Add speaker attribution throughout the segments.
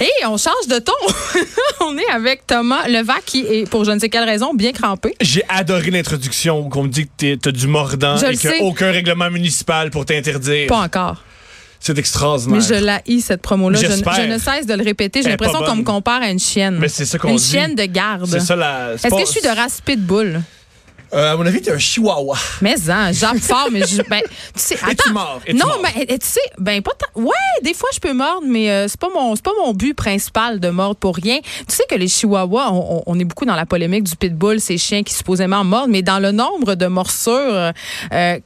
Speaker 1: Hey, on change de ton. on est avec Thomas Levac qui est, pour je ne sais quelle raison, bien crampé.
Speaker 2: J'ai adoré l'introduction où on me dit que t'es- t'as du mordant
Speaker 1: Je le
Speaker 2: et qu'il n'y
Speaker 1: sais.
Speaker 2: a aucun règlement municipal pour t'interdire.
Speaker 1: Pas encore.
Speaker 2: C'est extraordinaire.
Speaker 1: Mais je la hais, cette promo-là. Je, ne-
Speaker 2: J'espère.
Speaker 1: je ne cesse de le répéter. J'ai
Speaker 2: Elle est pas
Speaker 1: l'impression qu'on
Speaker 2: bonne.
Speaker 1: me compare à une chienne.
Speaker 2: Mais c'est ça qu'on
Speaker 1: Une
Speaker 2: dit.
Speaker 1: chienne de garde.
Speaker 2: C'est ça la.
Speaker 1: Est-ce que je suis de race pitbull?
Speaker 2: Euh, à mon avis, t'es un chihuahua.
Speaker 1: Mais hein, j'appe fort, mais je, ben, tu sais, attends.
Speaker 2: Es-tu mort? Es-tu
Speaker 1: non,
Speaker 2: mort?
Speaker 1: mais eh, tu sais, ben pas tant. Ouais, des fois je peux mordre, mais euh, c'est pas mon, c'est pas mon but principal de mordre pour rien. Tu sais que les chihuahuas, on, on- on est beaucoup dans la polémique du pitbull, ces chiens qui supposément mordent, mais dans le nombre de morsures, euh, euh,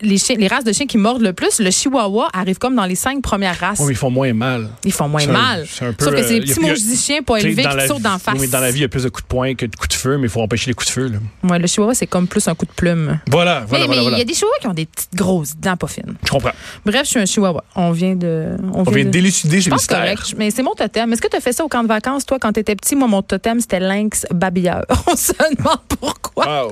Speaker 1: les chiens, les races de chiens qui mordent le plus, le chihuahua arrive comme dans les cinq premières races.
Speaker 2: Oui, mais ils font moins mal.
Speaker 1: Ils font moins
Speaker 2: C'est un-
Speaker 1: mal.
Speaker 2: c'est un peu,
Speaker 1: Sauf que c'est
Speaker 2: euh,
Speaker 1: des
Speaker 2: y a
Speaker 1: petits
Speaker 2: plus-
Speaker 1: maudits chiens pas
Speaker 2: Tu sais,
Speaker 1: élevés
Speaker 2: dans la
Speaker 1: qui sautent
Speaker 2: vie-
Speaker 1: d'en face.
Speaker 2: Oui, mais dans la vie, il y a plus de coups de poing que de coups de feu, mais il faut empêcher les coups de feu. Là.
Speaker 1: Ouais, le chihuahua, c'est comme plus un coup de plume.
Speaker 2: Voilà, voilà,
Speaker 1: mais mais
Speaker 2: voilà.
Speaker 1: il
Speaker 2: voilà.
Speaker 1: y a des chihuahuas qui ont des petites grosses dents pas fines.
Speaker 2: Je comprends.
Speaker 1: Bref, je suis un chihuahua. On vient de.
Speaker 2: On vient de délucider
Speaker 1: Je
Speaker 2: ces
Speaker 1: pense
Speaker 2: mystères.
Speaker 1: correct, mais c'est mon totem. Est-ce que tu as fait ça au camp de vacances, toi, quand tu étais petit? Moi, mon totem, c'était lynx babilleur. On se demande pourquoi.
Speaker 2: Wow.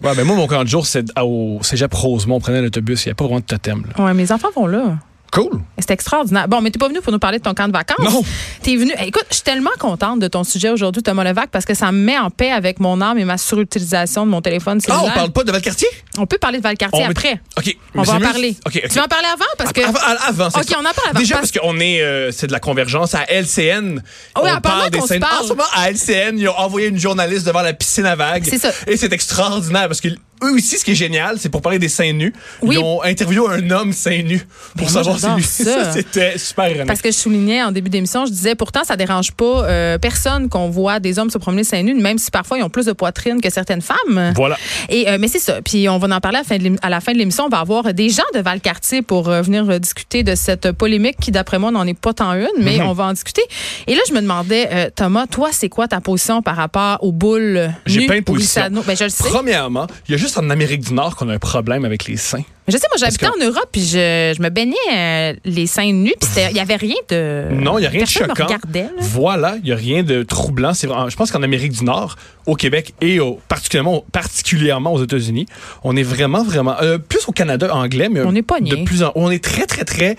Speaker 2: Ouais, ben moi, mon camp de jour, c'est à- au Cégep Rosemont. On prenait l'autobus. Il n'y a pas vraiment de totem. Là.
Speaker 1: Ouais, mes enfants vont là.
Speaker 2: Cool.
Speaker 1: C'est extraordinaire. Bon, mais t'es pas venu pour nous parler de ton camp de vacances.
Speaker 2: Non.
Speaker 1: T'es venu. Eh, Écoute, je suis tellement contente de ton sujet aujourd'hui, Thomas Levac, parce que ça me met en paix avec mon âme et ma surutilisation de mon téléphone
Speaker 2: Ah,
Speaker 1: cellulaire.
Speaker 2: on parle pas de Valcartier?
Speaker 1: On peut parler de Valcartier
Speaker 2: On met-
Speaker 1: après.
Speaker 2: OK.
Speaker 1: On
Speaker 2: mais
Speaker 1: va
Speaker 2: c'est
Speaker 1: en
Speaker 2: mieux-
Speaker 1: parler.
Speaker 2: OK, OK.
Speaker 1: Tu veux en parler avant? Parce que.
Speaker 2: Avant, avant, c'est
Speaker 1: OK,
Speaker 2: ça.
Speaker 1: on en parle avant.
Speaker 2: Déjà
Speaker 1: Parce- Oh
Speaker 2: parce, qu'on est, euh, c'est de la convergence à LCN. on
Speaker 1: apparemment qu'on se
Speaker 2: scènes.
Speaker 1: parle.
Speaker 2: En ce moment, à LCN, ils ont envoyé une journaliste devant la piscine à vagues.
Speaker 1: C'est ça.
Speaker 2: Et c'est extraordinaire parce que eux aussi, ce qui est génial, c'est pour parler des seins nus.
Speaker 1: Oui.
Speaker 2: Ils ont interviewé un homme seins nus pour
Speaker 1: Ben, moi,
Speaker 2: savoir si
Speaker 1: j'adore
Speaker 2: lui.
Speaker 1: ça.
Speaker 2: c'était super ironique.
Speaker 1: Parce que je soulignais en début d'émission, je disais pourtant ça dérange pas euh, personne qu'on voit des hommes se promener seins nus, même si parfois ils ont plus de poitrine que certaines femmes.
Speaker 2: Voilà.
Speaker 1: Et euh, mais c'est ça. Puis on va en parler à la fin de l'ém- à la fin de l'émission. On va avoir des gens de Valcartier pour euh, venir euh, discuter de cette polémique qui, d'après moi, n'en est pas tant une, mais
Speaker 2: Mhm.
Speaker 1: on va en discuter. Et là, je me demandais, euh, Thomas, toi, c'est quoi ta position par rapport aux boules
Speaker 2: J'ai
Speaker 1: nues,
Speaker 2: plein de
Speaker 1: aux
Speaker 2: positions.
Speaker 1: glissades nues? Ben, je le sais.
Speaker 2: Premièrement, il y a juste en Amérique du Nord qu'on a un problème avec les seins.
Speaker 1: Je sais, moi, j'habitais
Speaker 2: Parce
Speaker 1: en Europe, puis je, je me baignais euh, les seins nus, puis c'était- il y avait rien de.
Speaker 2: Non, il n'y a rien
Speaker 1: Euh, Personne
Speaker 2: de
Speaker 1: me
Speaker 2: choquant.
Speaker 1: regardait, là.
Speaker 2: Voilà, il n'y a rien de troublant. C'est vraiment- je pense qu'en Amérique du Nord, au Québec et au- particulièrement, particulièrement aux États-Unis, on est vraiment, vraiment. euh, plus au Canada anglais, mais.
Speaker 1: On est pogné.
Speaker 2: De plus en On est très, très, très.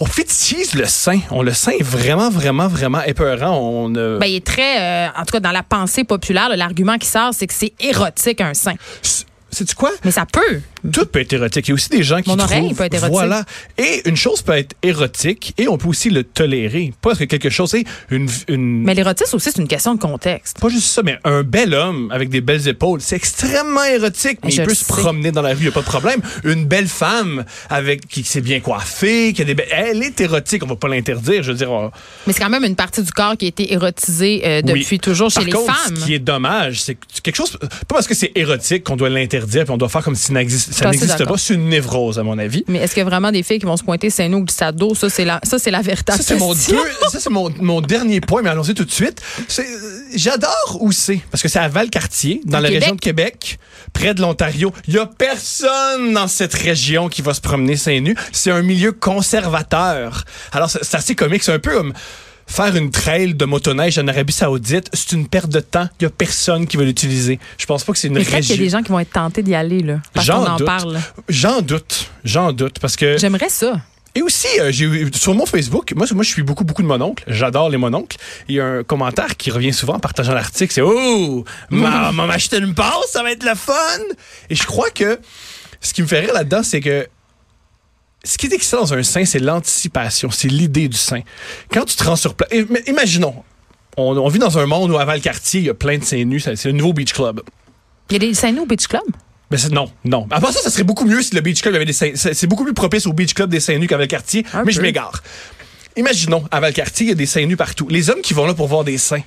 Speaker 2: On fétichise le sein. On le sein est vraiment, vraiment, vraiment épeurant. On, euh,
Speaker 1: Ben, il est très, euh, en tout cas, dans la pensée populaire, là, l'argument qui sort, c'est que c'est érotique un sein.
Speaker 2: s- Sais-tu quoi?
Speaker 1: Mais ça peut.
Speaker 2: Tout peut être érotique. Il y a aussi des gens qui
Speaker 1: Mon
Speaker 2: trouvent...
Speaker 1: oreille peut être érotique.
Speaker 2: Voilà. Et une chose peut être érotique et on peut aussi le tolérer. Pas parce que quelque chose est une... une
Speaker 1: Mais l'érotisme aussi, c'est une question de contexte.
Speaker 2: pas juste ça, mais un bel homme avec des belles épaules, c'est extrêmement érotique, mais
Speaker 1: Je
Speaker 2: il
Speaker 1: le
Speaker 2: peut se
Speaker 1: sais.
Speaker 2: promener dans la rue, il a pas de problème. Une belle femme avec qui s'est bien coiffée, qui a des belles- elle est érotique, on va pas l'interdire, je veux dire. on-
Speaker 1: Mais c'est quand même une partie du corps qui a été érotisée euh,
Speaker 2: oui.
Speaker 1: depuis toujours chez
Speaker 2: Par
Speaker 1: les
Speaker 2: contre,
Speaker 1: femmes.
Speaker 2: Ce qui est dommage, c'est que quelque chose pas parce que c'est érotique qu'on doit l'interdire, puis on doit faire comme si ça n'existe- ça
Speaker 1: assez
Speaker 2: n'existe
Speaker 1: d'accord.
Speaker 2: pas, c'est une névrose à mon avis.
Speaker 1: Mais est-ce que vraiment des filles qui vont se pointer seins nus ou glissades d'eau, ça, c'est la, ça, c'est la véritable
Speaker 2: Ça, c'est mon,
Speaker 1: question.
Speaker 2: deux- ça, c'est mon, mon dernier point, mais allons-y tout de suite. C'est- euh, J'adore où c'est, parce que c'est à Valcartier, dans
Speaker 1: Au
Speaker 2: la
Speaker 1: Québec.
Speaker 2: région de Québec, près de l'Ontario. Il n'y a personne dans cette région qui va se promener seins nus. C'est un milieu conservateur. Alors, c'est c'est assez comique. C'est un peu comme faire une trail de motoneige en Arabie Saoudite. C'est une perte de temps. Il n'y a personne qui va l'utiliser. Je pense pas que c'est une
Speaker 1: Mais peut-être qu'il y a des
Speaker 2: région.
Speaker 1: gens qui vont être tentés d'y aller, là, parce qu'on
Speaker 2: J'en
Speaker 1: en
Speaker 2: doute. Euh.
Speaker 1: parle.
Speaker 2: J'en doute. J'en doute, parce que...
Speaker 1: J'aimerais ça.
Speaker 2: Et aussi, euh, j'ai eu- sur mon Facebook, moi, moi je suis beaucoup, beaucoup de mononcles. J'adore les mononcles. Il y a un commentaire qui revient souvent en partageant l'article, c'est « Oh, maman m'a acheté une passe, ça va être le fun! » Et je crois que ce qui me fait rire là-dedans, c'est que ce qui est excitant dans un sein, c'est l'anticipation, c'est l'idée du sein. Quand tu te rends sur place... Imaginons, on, on vit dans un monde où à Valcartier, il y a plein de seins nus, ça- c'est le nouveau beach club.
Speaker 1: Il y a des seins nus au Beach Club?
Speaker 2: Mais c'est- non, non. À part Ben, ça, ça serait beaucoup mieux si le Beach Club avait des seins- C'est c'est beaucoup plus propice au Beach Club des seins nus qu'à Valcartier,
Speaker 1: Un
Speaker 2: mais je
Speaker 1: peu.
Speaker 2: m'égare. Imaginons, à Valcartier, il y a des seins nus partout. Les hommes qui vont là pour voir des seins,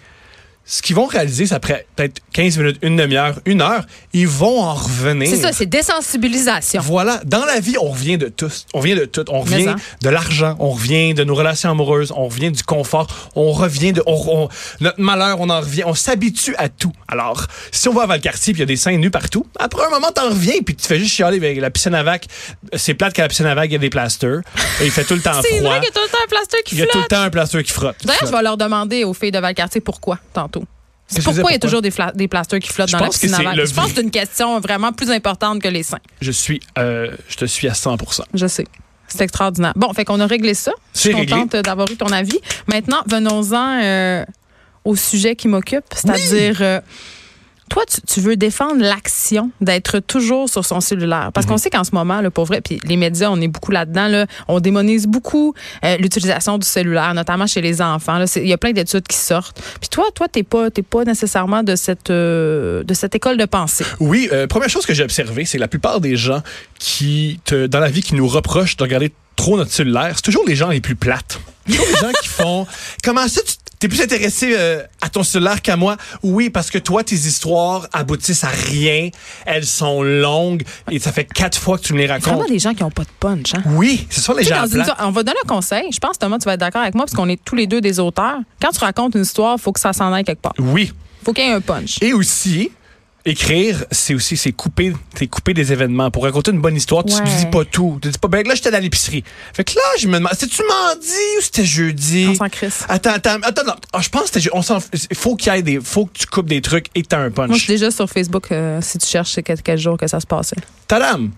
Speaker 2: ce qu'ils vont réaliser, c'est après peut-être 15 minutes, une demi-heure, une heure, ils vont en revenir.
Speaker 1: C'est ça, c'est désensibilisation.
Speaker 2: Voilà, dans la vie, on revient de tout. On revient de tout. On
Speaker 1: Mais
Speaker 2: revient
Speaker 1: ça.
Speaker 2: de l'argent, on revient de nos relations amoureuses, on revient du confort, on revient de on- on- notre malheur, on en revient, on s'habitue à tout. Alors, si on va à Valcartier puis il y a des seins nus partout, après un moment, t'en reviens puis tu te fais juste chialer avec la piscine à vac. C'est plate qu'à la piscine à vac, il y a des plasters et il fait tout le temps
Speaker 1: C'est vrai
Speaker 2: froid.
Speaker 1: qu'il y a tout le temps un plastique qui
Speaker 2: Il y a
Speaker 1: flotte.
Speaker 2: tout le temps un plaster qui frotte.
Speaker 1: D'ailleurs, je vais leur demander aux filles de Valcartier pourquoi tantôt. C'est
Speaker 2: Qu'est-ce que
Speaker 1: pourquoi il y a
Speaker 2: c'est,
Speaker 1: toujours des, fla- des plasteurs qui flottent
Speaker 2: Je
Speaker 1: dans la
Speaker 2: pense que
Speaker 1: piscine
Speaker 2: c'est
Speaker 1: avant.
Speaker 2: le
Speaker 1: Je pense
Speaker 2: vi-
Speaker 1: que c'est une question vraiment plus importante que les seins.
Speaker 2: Je suis euh, je te suis à 100
Speaker 1: Je sais. C'est extraordinaire. Bon, fait qu'on a réglé ça. Je suis
Speaker 2: C'est réglé.
Speaker 1: contente euh, d'avoir eu ton avis. Maintenant, venons-en euh, au sujet qui m'occupe, c'est-à-dire. euh, toi, tu, tu veux défendre l'action d'être toujours sur son cellulaire. Parce qu'on sait qu'en ce moment, là, pour vrai, puis les médias, on est beaucoup là-dedans, là, on démonise beaucoup euh, l'utilisation du cellulaire, notamment chez les enfants. là. C'est- Il y a plein d'études qui sortent. Puis toi, toi, t'es pas, t'es pas nécessairement de cette, euh, de cette école de pensée.
Speaker 2: Oui, euh, première chose que j'ai observée, c'est que la plupart des gens qui, te- dans la vie, qui nous reprochent de regarder trop notre cellulaire, c'est toujours les gens les plus plates. Toujours les gens qui font Comment ça, tu t'es plus intéressé euh, à ton cellulaire qu'à moi? Oui, parce que toi, tes histoires aboutissent à rien. Elles sont longues et ça fait quatre fois que tu me les
Speaker 1: Vraiment
Speaker 2: racontes.
Speaker 1: des gens qui ont pas de punch, hein?
Speaker 2: Oui, ce sont les
Speaker 1: Tu sais,
Speaker 2: gens
Speaker 1: dans une
Speaker 2: plates.
Speaker 1: histoire- on va donner un conseil. Je pense, Thomas, tu vas être d'accord avec moi, parce qu'on est tous les deux des auteurs. Quand tu racontes une histoire, il faut que ça s'en aille quelque part.
Speaker 2: Oui.
Speaker 1: faut qu'il y ait un punch.
Speaker 2: Et aussi, écrire, c'est aussi c'est couper, c'est couper des événements. Pour raconter une bonne histoire, tu
Speaker 1: Ouais.
Speaker 2: ne dis pas tout. Tu dis pas, ben là, j'étais à l'épicerie. Fait que là, je me demande, c'était-tu mardi ou c'était jeudi?
Speaker 1: On s'en crisse.
Speaker 2: Attends, attends, attends, non. Ah, je pense que c'était, je- on s'en, f- faut qu'il y ait des, faut que tu coupes des trucs et que t'as un punch.
Speaker 1: Moi, je suis déjà sur Facebook euh, si tu cherches c'est quel, quel jour que ça se passait.
Speaker 2: Tadam!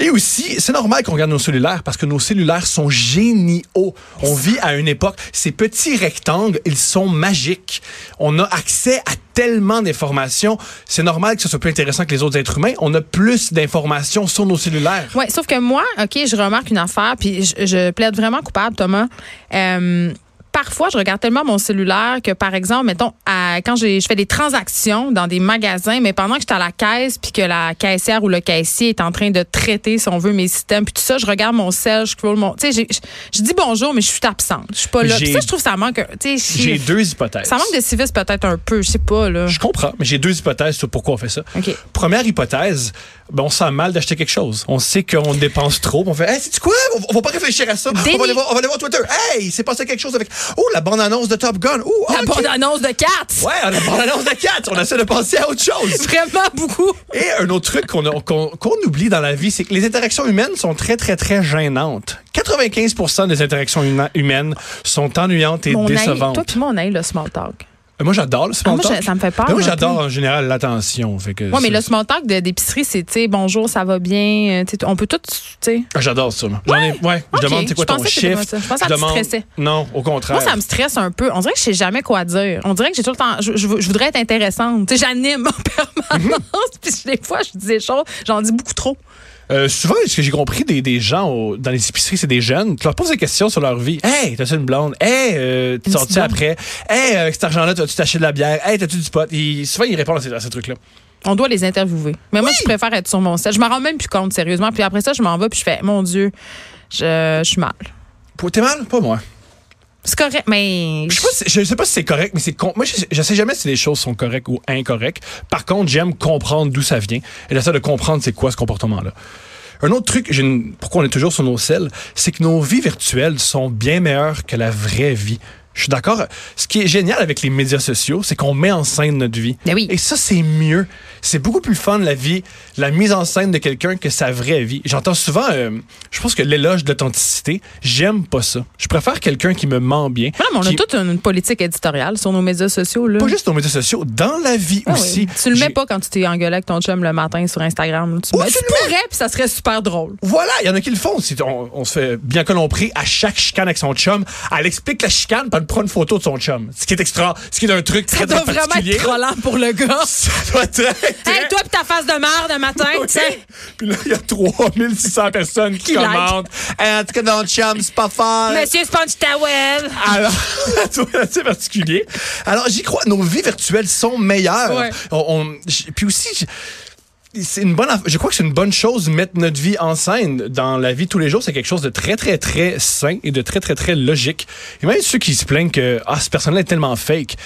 Speaker 2: Et aussi, c'est normal qu'on regarde nos cellulaires parce que nos cellulaires sont géniaux. On vit à une époque, ces petits rectangles, ils sont magiques. On a accès à tellement d'informations. C'est normal que ce soit plus intéressant que les autres êtres humains. On a plus d'informations sur nos cellulaires.
Speaker 1: Oui, sauf que moi, OK, je remarque une affaire, puis je, je plaide vraiment coupable, Thomas. Euh, Parfois, je regarde tellement mon cellulaire que, par exemple, mettons, à- quand j'ai- je fais des transactions dans des magasins, mais pendant que je suis à la caisse, puis que la caissière ou le caissier est en train de traiter, si on veut, mes systèmes, puis tout ça, je regarde mon sel, je scroll mon... Tu sais, j'ai- je je dis bonjour, mais je suis absente. Je suis pas là.
Speaker 2: J'ai-
Speaker 1: Puis ça, je trouve que ça manque... tu sais,
Speaker 2: J'ai
Speaker 1: je-
Speaker 2: deux hypothèses.
Speaker 1: Ça manque de civisme peut-être un peu, je sais pas, là.
Speaker 2: Je comprends, mais j'ai deux hypothèses sur pourquoi on fait ça.
Speaker 1: OK.
Speaker 2: Première hypothèse, ben on sent mal d'acheter quelque chose. On sait qu'on dépense trop. puis On fait, hey, c'est quoi? On- On va pas réfléchir à ça.
Speaker 1: Déni.
Speaker 2: On va, aller voir, on va aller voir Twitter. Hey, il s'est passé quelque chose avec. Oh, la bande-annonce de Top Gun. Oh,
Speaker 1: La
Speaker 2: ok.
Speaker 1: bande-annonce de 4!
Speaker 2: Ouais, la bande-annonce de 4. On essaie de penser à autre chose.
Speaker 1: Vraiment beaucoup!
Speaker 2: Et un autre truc qu'on a- qu'on- qu'on oublie dans la vie, c'est que les interactions humaines sont très, très, très gênantes. 95 des interactions huma- humaines sont ennuyantes et
Speaker 1: Mon aïe-
Speaker 2: décevantes.
Speaker 1: toi puis moi, on aille le small talk.
Speaker 2: Euh, Moi, j'adore le small
Speaker 1: Ah, moi,
Speaker 2: talk.
Speaker 1: je- ça me fait peur,
Speaker 2: Mais Moi,
Speaker 1: un peu.
Speaker 2: j'adore en général l'attention. Fait que
Speaker 1: Oui, mais
Speaker 2: c'est-
Speaker 1: le small talk de- d'épicerie, c'est, tu sais, bonjour, ça va bien. euh, tu sais, On peut tout, tu sais.
Speaker 2: Ah, J'adore ça. moi. J'en ai, ouais,
Speaker 1: Ok,
Speaker 2: je demande c'est quoi
Speaker 1: je
Speaker 2: ton
Speaker 1: pensais que c'était
Speaker 2: chiffre.
Speaker 1: comme ça. Je pensais que ça te stressait.
Speaker 2: Non, au contraire.
Speaker 1: Moi, ça me stresse un peu. On dirait que je sais jamais quoi dire. On dirait que j'ai tout le temps. Je, je- je voudrais être intéressante. Tu sais, j'anime en permanence. Puis des fois, je dis des choses, j'en dis beaucoup trop.
Speaker 2: Euh, souvent, ce que j'ai compris des, des gens au- dans les épiceries, c'est des jeunes. Tu leur poses des questions sur leur vie. Hey, t'as-tu une blonde? Hey, euh, t'es
Speaker 1: Une
Speaker 2: sorti
Speaker 1: petite
Speaker 2: après? Hey, euh, avec cet argent-là, tu tu t'acheter de la bière? Hey, t'as-tu du pot? Ils- souvent, ils répondent à ces, à ces trucs-là.
Speaker 1: On doit les interviewer. Mais moi, je préfère être sur mon set. Je m'en rends même plus compte, sérieusement. Puis après ça, je m'en vais, puis je fais, mon Dieu, je, je suis mal.
Speaker 2: Pour- T'es mal? Pas moi.
Speaker 1: C'est correct, mais.
Speaker 2: Je sais pas si, je sais pas si c'est correct, mais c'est con- moi je, sais- je sais jamais si les choses sont correctes ou incorrectes. Par contre, j'aime comprendre d'où ça vient et j'essaie de comprendre c'est quoi ce comportement-là. Un autre truc, j'ai une- pourquoi on est toujours sur nos selles, c'est que nos vies virtuelles sont bien meilleures que la vraie vie. Je suis d'accord. Ce qui est génial avec les médias sociaux, c'est qu'on met en scène notre vie.
Speaker 1: Ben oui.
Speaker 2: Et ça, c'est mieux. C'est beaucoup plus fun, la vie, la mise en scène de quelqu'un que sa vraie vie. J'entends souvent, euh, je pense que l'éloge de l'authenticité, j'aime pas ça. Je préfère quelqu'un qui me ment bien.
Speaker 1: Voilà, mais on
Speaker 2: qui-
Speaker 1: a toute une politique éditoriale sur nos médias sociaux. Là.
Speaker 2: pas juste nos médias sociaux, dans la vie
Speaker 1: Ah oui.
Speaker 2: aussi.
Speaker 1: Tu le
Speaker 2: J'ai-
Speaker 1: mets pas quand tu t'es engueulé avec ton chum le matin sur Instagram. Tu,
Speaker 2: Ou
Speaker 1: ben,
Speaker 2: tu
Speaker 1: tu
Speaker 2: le
Speaker 1: pourrais, puis ça serait super drôle.
Speaker 2: Voilà, il y en a qui le font. Si on, on se fait bien colombrer à chaque chicane avec son chum. Elle explique la chicane, puis elle prend une photo de son chum. Ce qui est extra, ce qui est un truc
Speaker 1: Ça
Speaker 2: très,
Speaker 1: doit
Speaker 2: très
Speaker 1: vraiment
Speaker 2: particulier.
Speaker 1: être trollant pour le gars.
Speaker 2: Ça doit être...
Speaker 1: hey, toi, puis ta face de marde le matin,
Speaker 2: Oui.
Speaker 1: tu sais.
Speaker 2: Puis là, il y a 3600 personnes qui,
Speaker 1: Qui like.
Speaker 2: commentent. Hey, en tout cas, ton chum, c'est pas fort.
Speaker 1: Monsieur Sponge Towel.
Speaker 2: Alors, c'est particulier. Alors, j'y crois, nos vies virtuelles sont meilleures.
Speaker 1: Ouais.
Speaker 2: On- on- j- puis aussi, j- c'est une bonne aff- je crois que c'est une bonne chose de mettre notre vie en scène dans la vie de tous les jours c'est quelque chose de très très très sain et de très très très logique et même ceux qui se plaignent que ah cette personne là est tellement fake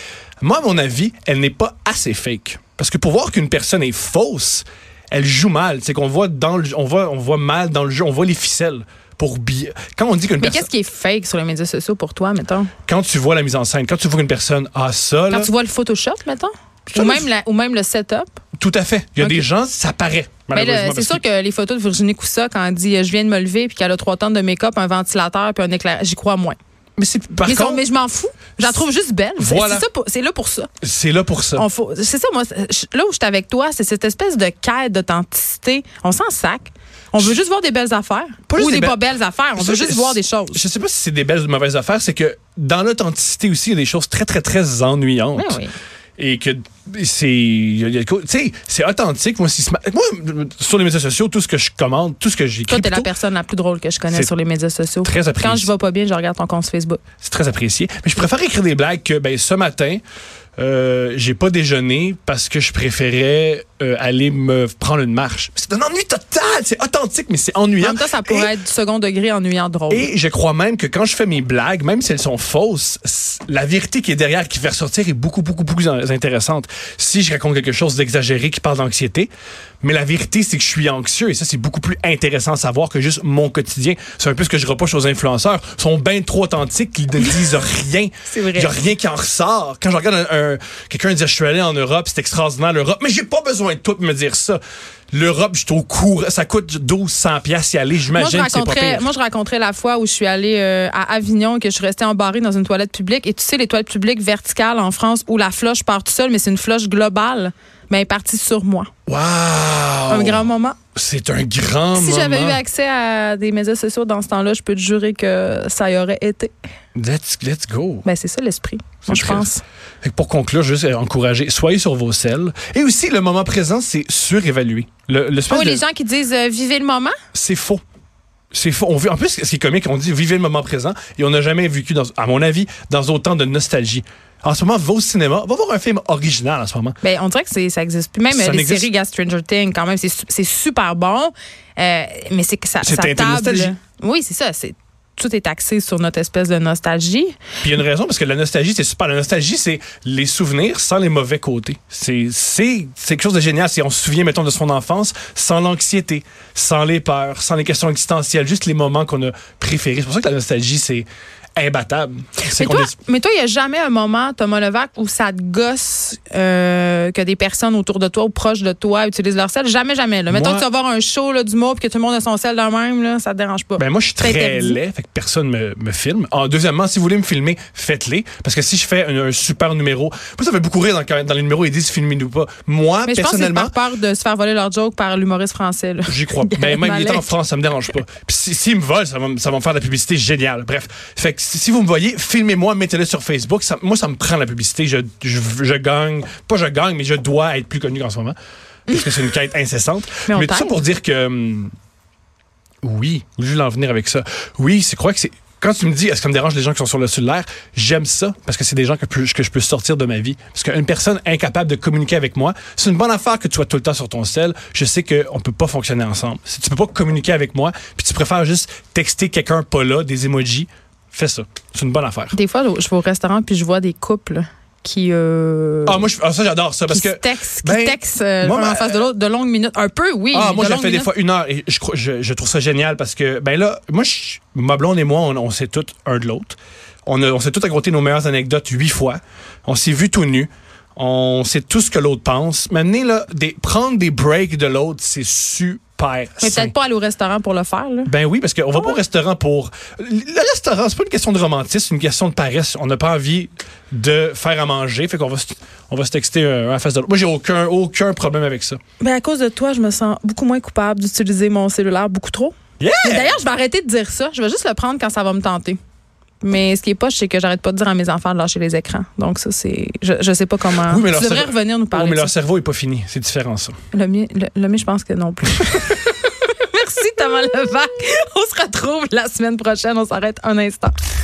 Speaker 2: moi à mon avis elle n'est pas assez fake parce que pour voir qu'une personne est fausse elle joue mal c'est qu'on voit dans le- on voit on voit mal dans le jeu on voit les ficelles pour bi- quand on dit qu'une
Speaker 1: Mais
Speaker 2: personne
Speaker 1: qu'est-ce qui est fake sur les médias sociaux pour toi, mettons?
Speaker 2: quand tu vois la mise en scène quand tu vois qu'une personne a ça là,
Speaker 1: Quand tu vois le Photoshop, mettons?
Speaker 2: Ça,
Speaker 1: Ou
Speaker 2: là,
Speaker 1: même, la- ou même le setup?
Speaker 2: tout à fait il y a
Speaker 1: Ok.
Speaker 2: des gens ça paraît
Speaker 1: Mais là,
Speaker 2: malheureusement,
Speaker 1: c'est
Speaker 2: parce
Speaker 1: sûr que les photos de Virginie Coussa, quand elle dit euh, je viens de me lever puis qu'elle a trois tentes de make-up, un ventilateur puis un éclair, j'y crois moins.
Speaker 2: mais c'est par
Speaker 1: Mais, ça-
Speaker 2: contre
Speaker 1: mais je m'en fous. J'en trouve juste belle. C'est-
Speaker 2: Voilà.
Speaker 1: C'est ça pour- c'est là pour ça.
Speaker 2: c'est là pour ça
Speaker 1: On faut- C'est ça, moi. c'est- je- Là où je suis avec toi, c'est cette espèce de quête d'authenticité. On s'en sac. On veut juste voir des belles affaires.
Speaker 2: Pas juste
Speaker 1: Ou
Speaker 2: des
Speaker 1: des
Speaker 2: be-
Speaker 1: pas belles affaires. On
Speaker 2: Ça,
Speaker 1: veut
Speaker 2: je-
Speaker 1: juste voir des choses.
Speaker 2: Je sais pas si c'est des belles ou de mauvaises affaires, c'est que dans l'authenticité aussi, il y a des choses très, très, très ennuyantes.
Speaker 1: Ben oui.
Speaker 2: Et que c'est. il y a- il y a le co- Tu sais, c'est authentique. Moi, si ce ma- moi, sur les médias sociaux, tout ce que je commande, tout ce que j'écris,
Speaker 1: Toi, t'es la
Speaker 2: plutôt,
Speaker 1: personne la plus drôle que je connais
Speaker 2: C'est
Speaker 1: sur les médias sociaux.
Speaker 2: très apprécié.
Speaker 1: Quand je vais pas bien, je regarde ton compte sur Facebook.
Speaker 2: c'est très apprécié. Mais je préfère écrire des blagues que, ben, ce matin, euh, j'ai pas déjeuné parce que je préférais euh, aller me prendre une marche. C'est un ennui total! C'est authentique, mais c'est
Speaker 1: En
Speaker 2: ennuyant.
Speaker 1: même temps, ça
Speaker 2: Et-
Speaker 1: pourrait être du second degré ennuyant drôle.
Speaker 2: Et je crois même que quand je fais mes blagues, même si elles sont fausses, s- la vérité qui est derrière, qui fait ressortir, est beaucoup, beaucoup, beaucoup plus in- intéressante. Si je raconte quelque chose d'exagéré qui parle d'anxiété, mais la vérité, c'est que je suis anxieux et ça, c'est beaucoup plus intéressant à savoir que juste mon quotidien. C'est un peu ce que je reproche aux influenceurs. Ils sont bien trop authentiques, qu'ils ne disent rien.
Speaker 1: C'est vrai.
Speaker 2: Il y a rien qui en ressort. Quand je regarde un, un- quelqu'un dire je suis allé en Europe, c'est extraordinaire l'Europe, mais j'ai pas besoin de tout me dire ça. L'Europe, je suis au courant. Ça coûte 1200 pièces y aller.
Speaker 1: Moi je,
Speaker 2: J'imagine que c'est pas
Speaker 1: raconterais,
Speaker 2: pire.
Speaker 1: moi, je raconterais la fois où je suis allée euh, à Avignon, que je suis restée embarrée dans une toilette publique. Et tu sais, les toilettes publiques verticales en France où la floche part tout seule, mais c'est une floche globale, mais elle est partie sur moi.
Speaker 2: Wow! Oh.
Speaker 1: Un grand moment.
Speaker 2: C'est un grand
Speaker 1: si
Speaker 2: moment.
Speaker 1: j'avais eu accès à des médias sociaux dans ce temps-là, je peux te jurer que ça y aurait été.
Speaker 2: Let's, let's go.
Speaker 1: Ben, c'est ça l'esprit,
Speaker 2: C'est
Speaker 1: moi, je
Speaker 2: très-
Speaker 1: pense.
Speaker 2: Fait que pour conclure, juste euh, encourager. Soyez sur vos selles. Et aussi, le moment présent, c'est surévalué. Le, le
Speaker 1: Oh,
Speaker 2: espèce de-
Speaker 1: les gens qui disent euh, vivez le moment.
Speaker 2: C'est faux. C'est faux. On vit, en plus, ce qui est comique, on dit vivez le moment présent et on n'a jamais vécu, dans, à mon avis, dans autant de nostalgie. En ce moment, va au cinéma, va voir un film original en ce moment.
Speaker 1: Ben, on dirait que c'est- ça existe plus. Même
Speaker 2: Ça
Speaker 1: euh, les
Speaker 2: n'existe-
Speaker 1: séries Gas Stranger Things, quand même, c'est su- c'est super bon. Euh, mais c'est que ça,
Speaker 2: C'est
Speaker 1: ça
Speaker 2: teinté de
Speaker 1: table.
Speaker 2: nostalgie.
Speaker 1: Oui, c'est ça. C'est tout est axé sur notre espèce de nostalgie.
Speaker 2: Puis il y a une raison, parce que la nostalgie, c'est super. La nostalgie, c'est les souvenirs sans les mauvais côtés. C'est c'est- c'est quelque chose de génial. Si on se souvient, mettons, de son enfance, sans l'anxiété, sans les peurs, sans les questions existentielles, juste les moments qu'on a préférés. C'est pour ça que la nostalgie, c'est imbattable. C'est
Speaker 1: Mais
Speaker 2: qu'on
Speaker 1: toi,
Speaker 2: est-
Speaker 1: mais toi, il n'y a jamais un moment, Thomas Levac, où ça te gosse euh, que des personnes autour de toi ou proches de toi utilisent leur sel. Jamais, jamais. Là. Mettons
Speaker 2: Moi-
Speaker 1: que tu vas voir un show là, du mot puis que tout le monde a son sel de même, là, ça te dérange pas.
Speaker 2: Ben moi, je suis
Speaker 1: C'est
Speaker 2: très
Speaker 1: interdit.
Speaker 2: laid, fait que personne me, me filme. En deuxièmement, si vous voulez me filmer, faites-les. Parce que si je fais un, un super numéro, moi, ça fait beaucoup rire dans, dans les numéros, ils disent filmez-nous pas. Moi,
Speaker 1: mais je pense que c'est
Speaker 2: personnellement,
Speaker 1: par peur de se faire voler leur joke par l'humoriste français. là.
Speaker 2: J'y crois pas. Ben,
Speaker 1: Gaël
Speaker 2: même il est
Speaker 1: Mallet.
Speaker 2: en France, ça me dérange pas. Puis si- s'il me vole, ça va, me- ça va me faire de la publicité géniale. Bref. Fait que si si vous me voyez, filmez-moi, mettez-le sur Facebook. Ça- moi, ça me prend la publicité. Je, je, je gagne. Pas je gagne, mais je dois être plus connu qu'en ce moment. Parce que c'est une quête incessante.
Speaker 1: Mais on
Speaker 2: mais tout ça
Speaker 1: t'aide.
Speaker 2: pour dire que. hum, Oui, je voulais en venir avec ça. Oui, c'est quoi que c'est. Quand tu me dis, est-ce que ça me dérange les gens qui sont sur le cellulaire, j'aime ça parce que c'est des gens que, plus- que je peux sortir de ma vie. Parce qu'une personne incapable de communiquer avec moi, c'est une bonne affaire que tu sois tout le temps sur ton cell. Je sais qu'on ne peut pas fonctionner ensemble. Si tu peux pas communiquer avec moi, puis tu préfères juste texter quelqu'un pas là, des emojis, fais ça. C'est une bonne affaire.
Speaker 1: Des fois, je vais au restaurant puis je vois des couples qui. euh,
Speaker 2: Ah, moi, je- ah, ça, j'adore ça parce
Speaker 1: qui
Speaker 2: que.
Speaker 1: se textent, qui
Speaker 2: ben,
Speaker 1: textent, euh,
Speaker 2: moi,
Speaker 1: l'un
Speaker 2: ma-
Speaker 1: en face de l'autre de longues minutes. Un peu, oui.
Speaker 2: Ah,
Speaker 1: mais
Speaker 2: moi,
Speaker 1: de
Speaker 2: j'en
Speaker 1: longues
Speaker 2: fais des
Speaker 1: minutes.
Speaker 2: fois une heure et je, crois- je, je trouve ça génial parce que, ben là, moi, je- ma blonde et moi, on, on sait toutes un de l'autre. On, a- on s'est tous raconté nos meilleures anecdotes huit fois. On s'est vu tout nu. On sait tout ce que l'autre pense. Maintenant, là, des, prendre des breaks de l'autre, c'est super
Speaker 1: Mais
Speaker 2: sain.
Speaker 1: peut-être pas aller au restaurant pour le faire. Là.
Speaker 2: Ben oui, parce qu'on va pas au restaurant pour. Le restaurant, c'est pas une question de romantisme, c'est une question de paresse. On n'a pas envie de faire à manger, fait qu'on va, se- on va se texter euh, en face de l'autre. Moi, j'ai aucun, aucun problème avec ça.
Speaker 1: Mais Ben, à cause de toi, je me sens beaucoup moins coupable d'utiliser mon cellulaire beaucoup trop.
Speaker 2: Yeah!
Speaker 1: Mais D'ailleurs, je vais arrêter de dire ça. Je vais juste le prendre quand ça va me tenter. Mais ce qui est poche, c'est que j'arrête pas de dire à mes enfants de lâcher les écrans. Donc ça, c'est, je, je sais pas comment.
Speaker 2: Oui, mais leur
Speaker 1: tu devrais
Speaker 2: cerveau-
Speaker 1: revenir nous
Speaker 2: Oh,
Speaker 1: parler.
Speaker 2: mais
Speaker 1: de
Speaker 2: leur
Speaker 1: ça.
Speaker 2: cerveau est pas fini. C'est différent, ça.
Speaker 1: Le mien, le, le mien, je pense que non plus. Merci Thomas Levac. On se retrouve la semaine prochaine. On s'arrête un instant.